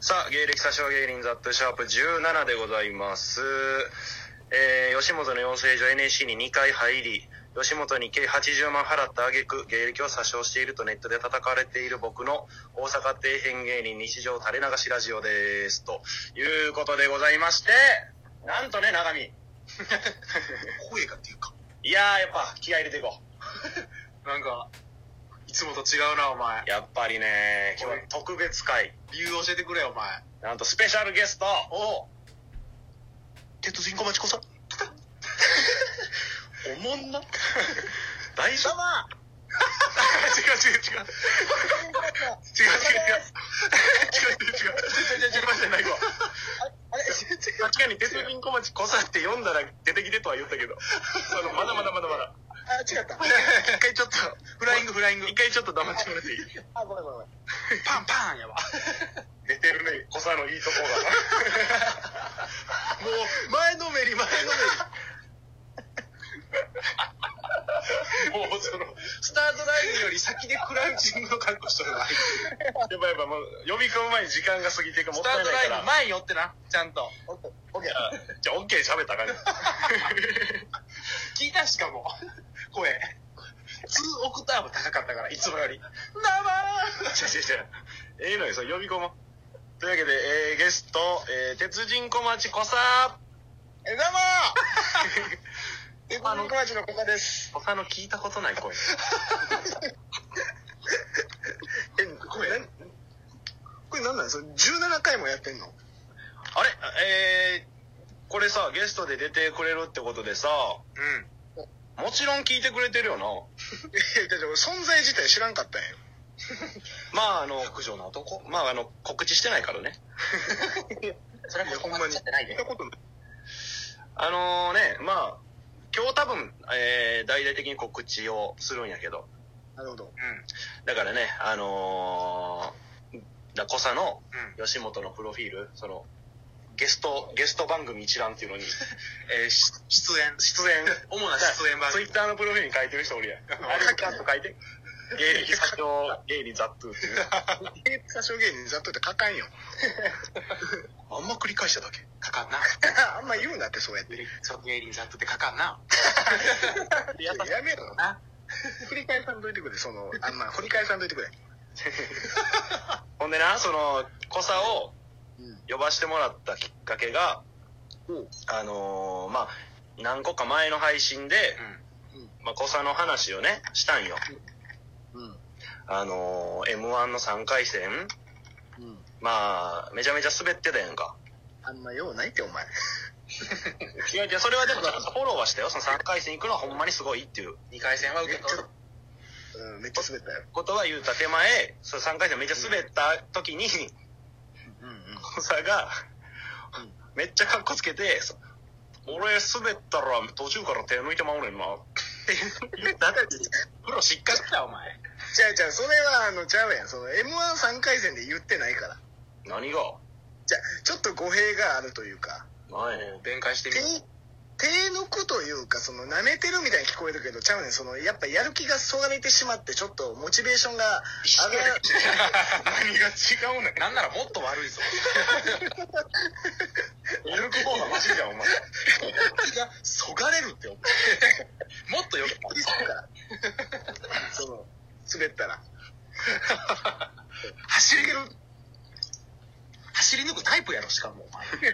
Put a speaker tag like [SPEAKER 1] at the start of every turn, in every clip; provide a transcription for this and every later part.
[SPEAKER 1] さあ、芸歴詐称芸人ザップシャープ17でございます。えー、吉本の養成所 NSC に2回入り、吉本に計80万払った挙句、芸歴を詐称しているとネットで叩かれている僕の大阪底辺芸人日常垂れ流しラジオです。ということでございまして、なんとね、長見。
[SPEAKER 2] 声がっていうか、
[SPEAKER 1] いやー、やっぱ気合入れていこう。
[SPEAKER 2] なんか、いつもと違うな、お前。
[SPEAKER 1] やっぱりね、今日は特別会、
[SPEAKER 2] 理由教えてくれよ、お前。
[SPEAKER 1] なんとスペシャルゲスト、
[SPEAKER 2] おう鉄人小町子さん。おも んな。違う
[SPEAKER 1] 大丈 夫
[SPEAKER 2] 違う違う。違う違う違う。違う違う違う。違う違う違う。違うじゃないわ。
[SPEAKER 1] 確かに鉄銀小町こさって読んだら出てきてとは言ったけど、そのまだまだまだまだ。
[SPEAKER 3] あ、違った。
[SPEAKER 2] 一回ちょっと、フライングフライング。
[SPEAKER 1] 一回ちょっと黙ってもらっていい
[SPEAKER 3] あ、ごめんごめんごめん。
[SPEAKER 2] パンパンやわ。
[SPEAKER 1] 出てるね、こさのいいとこ
[SPEAKER 2] もう、前のめり、前のめ
[SPEAKER 1] が。もうその、
[SPEAKER 2] り。スタートラインより先でクランチングの格好しとるわ。ス
[SPEAKER 1] やっぱやっぱもう、呼び込む前に時間が過ぎていくもっ
[SPEAKER 2] タ
[SPEAKER 1] たい
[SPEAKER 2] ート
[SPEAKER 1] ない
[SPEAKER 2] ラ
[SPEAKER 1] か
[SPEAKER 2] イン
[SPEAKER 1] ら
[SPEAKER 2] の。前に寄ってな、ちゃんと。
[SPEAKER 3] オッケー。オッケー。
[SPEAKER 1] じゃあ、オッケー喋ったか ね。
[SPEAKER 2] 聞いたしかも、声。2オクターブ高かったから、いつもより。 生
[SPEAKER 1] 違う違う違 う。ええのよ、それ呼び込もう。というわけで、えー、ゲスト、えー、鉄人小町こさ
[SPEAKER 3] え、どうもーあの、小町のここです。
[SPEAKER 1] こさの聞いたことない声。
[SPEAKER 3] え、これ、これなんなんそれ ?17 回もやってんの
[SPEAKER 1] あれえー、これさ、ゲストで出てくれるってことでさ、もちろん聞いてくれてるよな。
[SPEAKER 3] え、だって俺存在自体知らんかったんや。
[SPEAKER 1] まああの白状の男まああの告知してないから ね
[SPEAKER 3] それもほんまに。やったことない。
[SPEAKER 1] あのねまあ今日多分、えー、大々的に告知をするんやけど
[SPEAKER 3] なるほど。
[SPEAKER 1] だからねあのー、だコサの
[SPEAKER 2] う
[SPEAKER 1] 吉本のプロフィールそのゲストゲスト番組一覧っていうのに
[SPEAKER 2] えーし出演。
[SPEAKER 1] 出演
[SPEAKER 2] 主な出演番
[SPEAKER 1] ツイ
[SPEAKER 2] 組
[SPEAKER 1] ッ。ターのプロフィールに書いてる人おる やんあれちゃんと書いて芸歴社長芸歴ザットゥーっていう
[SPEAKER 3] え、歌唱芸人ざっとって書 かんよ。
[SPEAKER 2] あんま繰り返しただけ。かかんな。
[SPEAKER 3] あんま言うなってそうやって。
[SPEAKER 2] 即芸人さんとってかかん な。
[SPEAKER 3] やめろ。
[SPEAKER 2] な。
[SPEAKER 3] 振り返さんといてくれ、その、あんま、振り返さんといてくれ。
[SPEAKER 1] ほんでなそのコサを
[SPEAKER 3] うん。
[SPEAKER 1] 呼ばしてもらったきっかけが
[SPEAKER 3] うん
[SPEAKER 1] あのーまあ何個か前の配信で、まあ、小佐の話をねしたんよ
[SPEAKER 3] うん。
[SPEAKER 1] あのー、m 1の3回戦
[SPEAKER 3] うん。
[SPEAKER 1] まあめちゃめちゃ滑ってたやんか
[SPEAKER 3] あんま用ないって、お前。
[SPEAKER 1] いやいやそれはでもちゃんとフォローはしたよその3回戦行くのはほんまにすごいっていう
[SPEAKER 2] 二回戦は受け取る。
[SPEAKER 3] うん、めっちゃ滑ったよ。
[SPEAKER 1] ことは言うた手前その3回戦めっちゃ滑った時に
[SPEAKER 3] うんうん。
[SPEAKER 1] 小佐が
[SPEAKER 3] うん
[SPEAKER 1] めっちゃカッコつけてそ「俺滑ったら途中から手抜いてまうねんな」って 言ったって
[SPEAKER 2] プロ失格だ、お前。
[SPEAKER 3] じゃあじゃあそれはあのちゃうやんその m 1 3回戦で言ってないから
[SPEAKER 1] 何が
[SPEAKER 3] じゃあちょっと語弊があるというか
[SPEAKER 1] 何やねん
[SPEAKER 2] 弁解してみ
[SPEAKER 3] 手
[SPEAKER 2] る。
[SPEAKER 3] 手抜くというかその舐めてるみたいに聞こえるけどちゃうねんそのやっぱやる気がそがれてしまってちょっとモチベーションが上が る
[SPEAKER 1] 何が違うねん
[SPEAKER 2] なんならもっと悪いぞ。
[SPEAKER 1] ミルクボーがマシじゃん、お前。
[SPEAKER 2] 気がそがれるって思う。もっとよくない。
[SPEAKER 3] 気するからその滑ったら
[SPEAKER 2] 走り抜く。走り抜くタイプやろ、しかも、お前。
[SPEAKER 1] で、も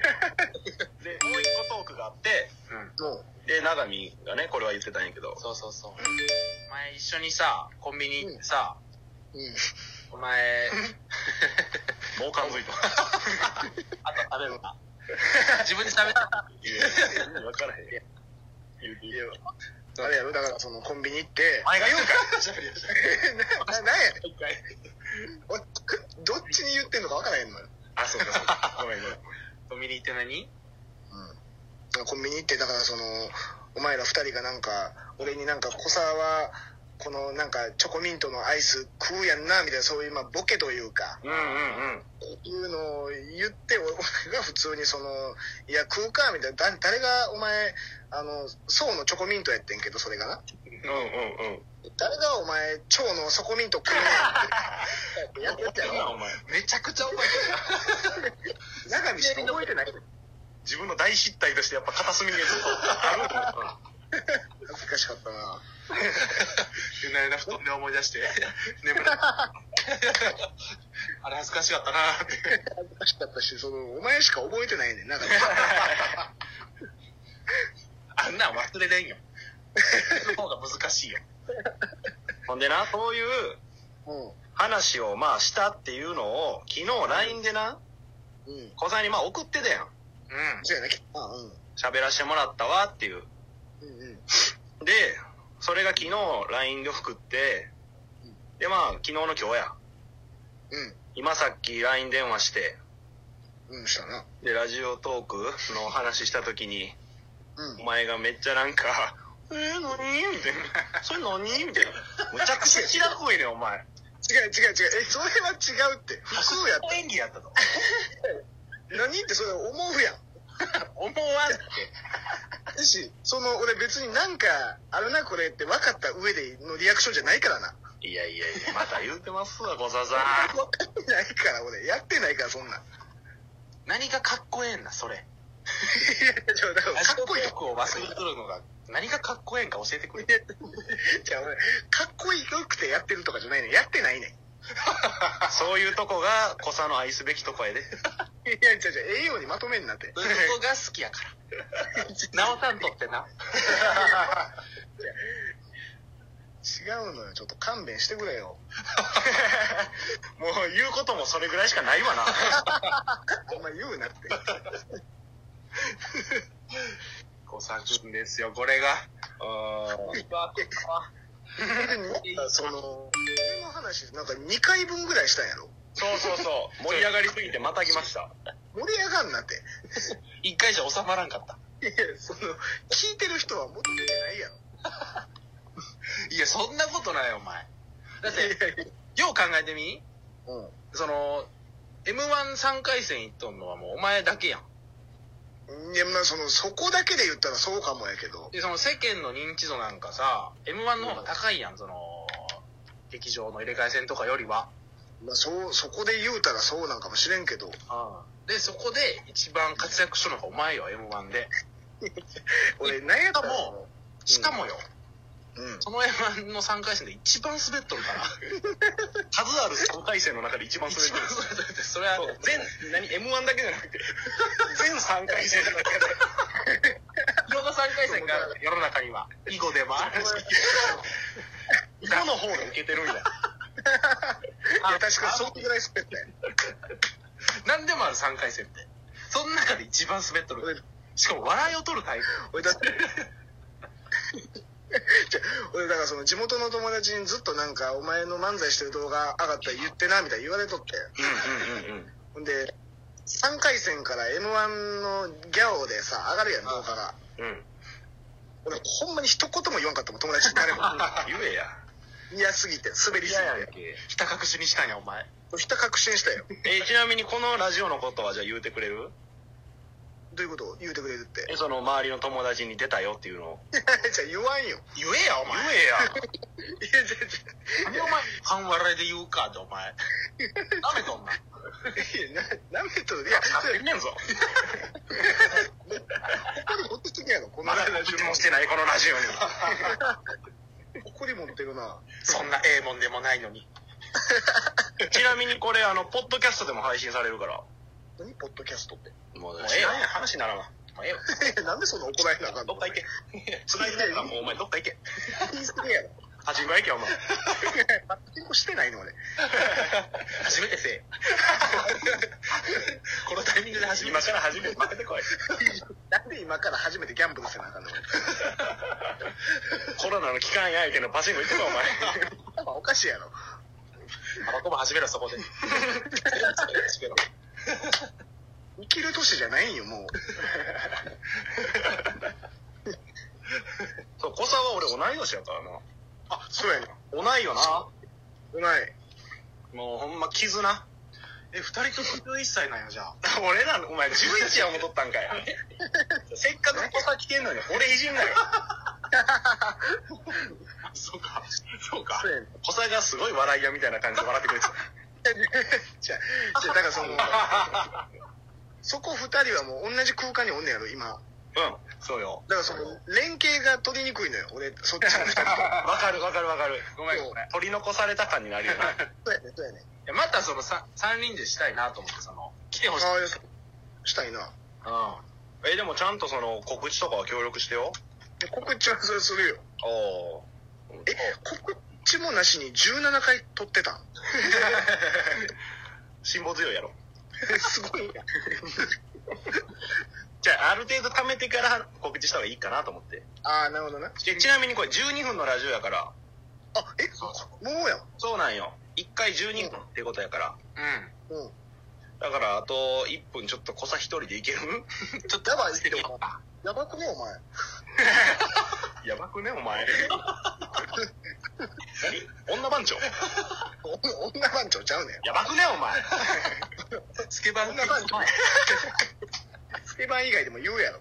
[SPEAKER 1] う一個トークがあって、
[SPEAKER 3] も
[SPEAKER 1] で、長見がね、これは言ってたんやけど、
[SPEAKER 2] そうそうそう。前一緒にさ、コンビニ行ってさ、
[SPEAKER 3] う、うん、
[SPEAKER 2] お前、
[SPEAKER 1] もう感づいた。
[SPEAKER 2] あと食べ るな。自分で食べた。
[SPEAKER 1] いや、分からへん。言うていい
[SPEAKER 3] いやあれやろだからそのコンビニ行って
[SPEAKER 2] お前が言うんか
[SPEAKER 3] なななんやねん
[SPEAKER 1] 一回。
[SPEAKER 3] おどっちに言ってんのか分からへんのよ、
[SPEAKER 1] あ、そうか、そうか。ごめんごめん。
[SPEAKER 2] コンビニ行って何
[SPEAKER 3] うん、コンビニ行ってだからそのお前ら二人がなんか俺になんか小沢はこのなんかチョコミントのアイス食うやんなみたいなそういうまあボケというか
[SPEAKER 1] うんうんうん。
[SPEAKER 3] いうのを言ってお俺が普通にその「いや食うか」みたいなだ誰がお前あの層のチョコミントやってんけどそれがな
[SPEAKER 1] うんうんうん。
[SPEAKER 3] 誰がお前、蝶の底ミント食うねん。やってたや ろ。
[SPEAKER 1] お前
[SPEAKER 2] めちゃくちゃ覚え
[SPEAKER 3] 中身しか覚えてない。
[SPEAKER 1] 自分の大失態としてやっぱ片隅にずっとある
[SPEAKER 3] 恥ずかしかったな。
[SPEAKER 2] てる。夜な夜な布団で思い 出して、眠れなかった。あれ恥ずかしかったなーって。
[SPEAKER 3] 恥ずかしかったし、その、お前しか覚えてないねん。中身。
[SPEAKER 2] あんなん忘れれんよ。その方が難しいよ。
[SPEAKER 1] ほんでなそういう
[SPEAKER 3] うん。
[SPEAKER 1] 話をまあしたっていうのを昨日 LINE でな
[SPEAKER 3] うん。
[SPEAKER 1] 小沢にまあ送ってたやん
[SPEAKER 2] うん。
[SPEAKER 3] そうやな、きまあ、うん。
[SPEAKER 1] 喋らしてもらったわっていう
[SPEAKER 3] うんうん。
[SPEAKER 1] でそれが昨日 LINE で送ってでまあ昨日の今日や今さっき LINE 電話して
[SPEAKER 3] うん。うん、したな。
[SPEAKER 1] でラジオトークの話した時に
[SPEAKER 3] うん
[SPEAKER 1] お。前がめっちゃなんか「えー、何?」みたいな「それ何?」みたいな むちゃくちゃ白こいねんお前
[SPEAKER 3] 違う違う違う。え、それは違うって。普通やって。
[SPEAKER 2] 演技やったと。
[SPEAKER 3] 何ってそれ思うやん。
[SPEAKER 2] 思わんって。
[SPEAKER 3] だし、その、俺別になんか、あるな、これって分かった上でのリアクションじゃないからな。
[SPEAKER 1] いやいやいやまた言うてますわ小沢さん
[SPEAKER 3] 分かってないから、俺。やってないから、そんなん。い
[SPEAKER 2] 何がかっこええんだ、それ。
[SPEAKER 3] や、ちょ、だから、
[SPEAKER 2] かっ
[SPEAKER 3] かっ
[SPEAKER 2] こ
[SPEAKER 3] こいい
[SPEAKER 2] よ
[SPEAKER 3] よ。
[SPEAKER 2] くを忘れとるのが、何がかっこええんか教えてくれ。
[SPEAKER 3] じゃあ、俺、かっこいいよくてやってるとかじゃないねんやってないねん。
[SPEAKER 1] そういうとこが小沢の愛すべきとこやで
[SPEAKER 3] いや、違う違う、ええようにまとめんなって。
[SPEAKER 2] そういうとこが好きや から。なおさんとってな。
[SPEAKER 3] 違うのよ、ちょっと勘弁してくれよ。
[SPEAKER 1] もう言うこともそれぐらいしかないわな
[SPEAKER 3] あんま言うなって。
[SPEAKER 2] こうさくんですよ、これが。
[SPEAKER 3] その、これの話、なんか2回分ぐらいしたんやろ。
[SPEAKER 1] そうそうそう盛り上がりすぎてまた来ました
[SPEAKER 3] 盛り上がんなって。
[SPEAKER 2] 一回じゃ収まらんかった。
[SPEAKER 3] いや、その、聞いてる人は求めてないやろ。
[SPEAKER 2] いや、そんなことないよ、お前。だっ
[SPEAKER 3] いや
[SPEAKER 2] て、
[SPEAKER 3] いやい
[SPEAKER 2] よう考えてみ
[SPEAKER 3] やうん。
[SPEAKER 2] その、M13 回戦行っとんのはもうお前だけやん。
[SPEAKER 3] いや、まあ、その、そこだけで言ったらそうかもやけど。
[SPEAKER 2] で、その世間の認知度なんかさ、M1 の方が高いやん、その、劇場の入れ替え戦とかよりは。
[SPEAKER 3] まあ、そう、そこで言うたらそうなんかもしれんけど。
[SPEAKER 2] で、そこで一番活躍したのがお前よ、M1 で。
[SPEAKER 3] 俺、なんやったら
[SPEAKER 2] しかもしかもよ、
[SPEAKER 3] うん。
[SPEAKER 2] その M1 の3回戦で一番滑っとるから。
[SPEAKER 1] 数ある3回戦の中で一番それ
[SPEAKER 2] 一
[SPEAKER 1] てる
[SPEAKER 2] 番滑っとるって、それは、
[SPEAKER 1] そう全何 m 1だけじゃなくて全3回戦の中で
[SPEAKER 2] いろんな3回戦がある世の中には、囲碁でもある し、
[SPEAKER 1] 囲碁の方が受けてるんや
[SPEAKER 3] いや、確かにそこぐらい滑ったよ。
[SPEAKER 2] 何でもある3回戦って。その中で一番滑っとる。しかも笑いを取るタイプ。
[SPEAKER 3] 俺だって。 じゃ俺だからその地元の友達にずっとなんかお前の漫才してる動画上がったら言ってなみたいに言われとって
[SPEAKER 1] うんうんうんうん
[SPEAKER 3] ほんで3回戦から m 1のギャオでさ上がるやん動画が
[SPEAKER 1] うん
[SPEAKER 3] 俺ほんまに一言も言わんかったもん友達 誰も
[SPEAKER 1] 言えや
[SPEAKER 3] 嫌すぎて滑りすぎて
[SPEAKER 2] ひた隠しにしたんや、お前。
[SPEAKER 3] ひた確信したよ
[SPEAKER 1] えちなみにこのラジオのことはじゃあ言うてくれる
[SPEAKER 3] どういうことを言うてくれるって
[SPEAKER 1] えその周りの友達に出たよっていうのを
[SPEAKER 3] じゃあ言わんよ
[SPEAKER 2] 言えや、お
[SPEAKER 1] 言
[SPEAKER 2] 前。
[SPEAKER 1] えや
[SPEAKER 3] いやじゃ
[SPEAKER 2] 何お前、半笑いで言うかって、お前。ダメとんな。
[SPEAKER 3] いやななめとるいやそれ
[SPEAKER 1] 言えんぞ
[SPEAKER 3] ここに持ってきてんやろこ の
[SPEAKER 1] まだ
[SPEAKER 3] ラジ
[SPEAKER 1] 口
[SPEAKER 3] オ
[SPEAKER 1] もしてないこのラジオに
[SPEAKER 3] ここに持ってるな
[SPEAKER 2] そんなええもんでもないのに。
[SPEAKER 1] ちなみにこれあのポッドキャストでも配信されるから
[SPEAKER 3] 何ポッドキャストって
[SPEAKER 1] もう
[SPEAKER 2] ええ
[SPEAKER 1] え
[SPEAKER 2] わ
[SPEAKER 1] えやん話にならんわ
[SPEAKER 2] もうええわ。
[SPEAKER 3] えなんでそんな怒られなあかん
[SPEAKER 1] ど
[SPEAKER 3] の
[SPEAKER 1] っか行け辛いならもうお前どっか行け
[SPEAKER 3] 言い過ぎ やろ。
[SPEAKER 1] パチンコ行けお前
[SPEAKER 3] 結構してない の俺。
[SPEAKER 2] 初めてせえ。このタイミングで初めて
[SPEAKER 1] 今から初めて負けて こい
[SPEAKER 3] なんで今から初めてギャンブルせなあかんの
[SPEAKER 1] コロナの期間やけどパチンコ行ってこいお前
[SPEAKER 3] 俺。おかしいやろ。
[SPEAKER 2] タバコも始めろ、そこで。始めろ。
[SPEAKER 3] 生きる年じゃないんよ、もう。
[SPEAKER 1] そう、小沢は俺同い年やからな。
[SPEAKER 3] あ、そうやな。
[SPEAKER 1] 同いよな。
[SPEAKER 3] うまい。
[SPEAKER 1] もうほんま絆。
[SPEAKER 2] え、二人と11歳なんや、じゃあ。
[SPEAKER 1] 俺らの、お前11や思っとったんか い。せっかく小沢来てんのに、俺いじんなよ。
[SPEAKER 2] そうか。そうか。
[SPEAKER 3] そうやね
[SPEAKER 1] 小佐がすごい笑い屋みたいな感じで笑ってくれてた。
[SPEAKER 3] じゃあじゃあだからそのそこ2人はもう同じ空間におんねやろ今だか
[SPEAKER 1] うん、そうよ。
[SPEAKER 3] らその連携が取りにくいのよ俺そっちの2人と
[SPEAKER 1] わかるわかるわかる。
[SPEAKER 2] ごめんごめん。
[SPEAKER 1] 取り残された感になるよな。
[SPEAKER 3] そうやねそうやね
[SPEAKER 2] いやまたそのさ三人でしたいなと思って、その、来てほしい。
[SPEAKER 3] ああよしたいな
[SPEAKER 2] う
[SPEAKER 1] え、でもちゃんとその告知とかは協力してよ。
[SPEAKER 3] で告知はそれするよ
[SPEAKER 1] おお。
[SPEAKER 3] え告知もなしに17回撮ってたん
[SPEAKER 1] 辛抱強いやろ。
[SPEAKER 3] すごいな
[SPEAKER 1] じゃあ、ある程度貯めてから告知した方がいいかなと思って。
[SPEAKER 3] ああなるほどな
[SPEAKER 1] でちなみにこれ12分のラジオやから、
[SPEAKER 3] あえもうやん
[SPEAKER 1] そうなんよ。1回12分ってことやから。
[SPEAKER 2] ん。
[SPEAKER 3] うん
[SPEAKER 1] だから、あと1分ちょっと小佐一人でいける
[SPEAKER 2] うん。ちょっと、
[SPEAKER 3] やばい
[SPEAKER 2] してみようか。
[SPEAKER 3] やばくねお前
[SPEAKER 1] やばくね、お前。 何女番長
[SPEAKER 3] お女番長ちゃうねん
[SPEAKER 1] やばくね、お前。
[SPEAKER 2] スケバン
[SPEAKER 3] 女番長スケバン以外でも言うやろ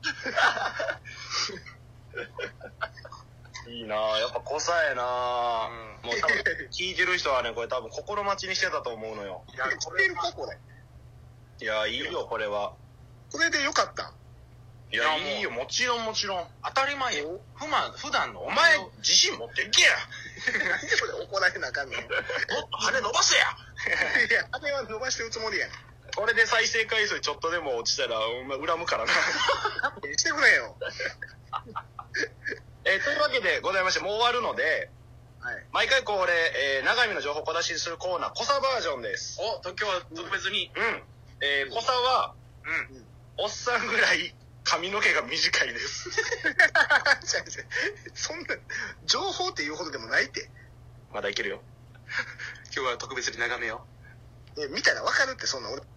[SPEAKER 1] いいなぁ、やっぱ小佐やなぁ。もう多 分、聞いてる人はね、これ多分心待ちにしてたと思うのよ。
[SPEAKER 2] いや
[SPEAKER 3] 知ってるかこれ
[SPEAKER 1] いや、いいよ、これは。
[SPEAKER 3] これでよかったん
[SPEAKER 1] いや、
[SPEAKER 2] いやもう
[SPEAKER 1] いいよ、もちろんもちろん。
[SPEAKER 2] 当たり前よ。ふま、普段の
[SPEAKER 1] お
[SPEAKER 2] お
[SPEAKER 1] 前
[SPEAKER 2] 前を、、
[SPEAKER 1] 自信持っていけや
[SPEAKER 3] なんでこれ怒られなあかんねんい
[SPEAKER 1] もっと羽伸ばせや
[SPEAKER 3] やあれは伸ばしてるつもりやねん
[SPEAKER 1] これで再生回数ちょっとでも落ちたら、お前恨むからな。
[SPEAKER 3] 勘弁してくれよ
[SPEAKER 1] えーというわけでございまして、もう終わるので、
[SPEAKER 3] はい
[SPEAKER 1] 毎 回恒例、えー、長見の情報を小出しするコーナー、コサバージョンです。
[SPEAKER 2] お、今日は特別に、
[SPEAKER 1] うん。えー、コサは、
[SPEAKER 2] うん。
[SPEAKER 1] おっさんぐらい髪の毛が短いです。
[SPEAKER 3] 違う違うそんな情報っていうほどでもないって
[SPEAKER 1] まだいけるよ。
[SPEAKER 2] 今日は特別に眺めよ
[SPEAKER 3] え見たらわかるってそんな俺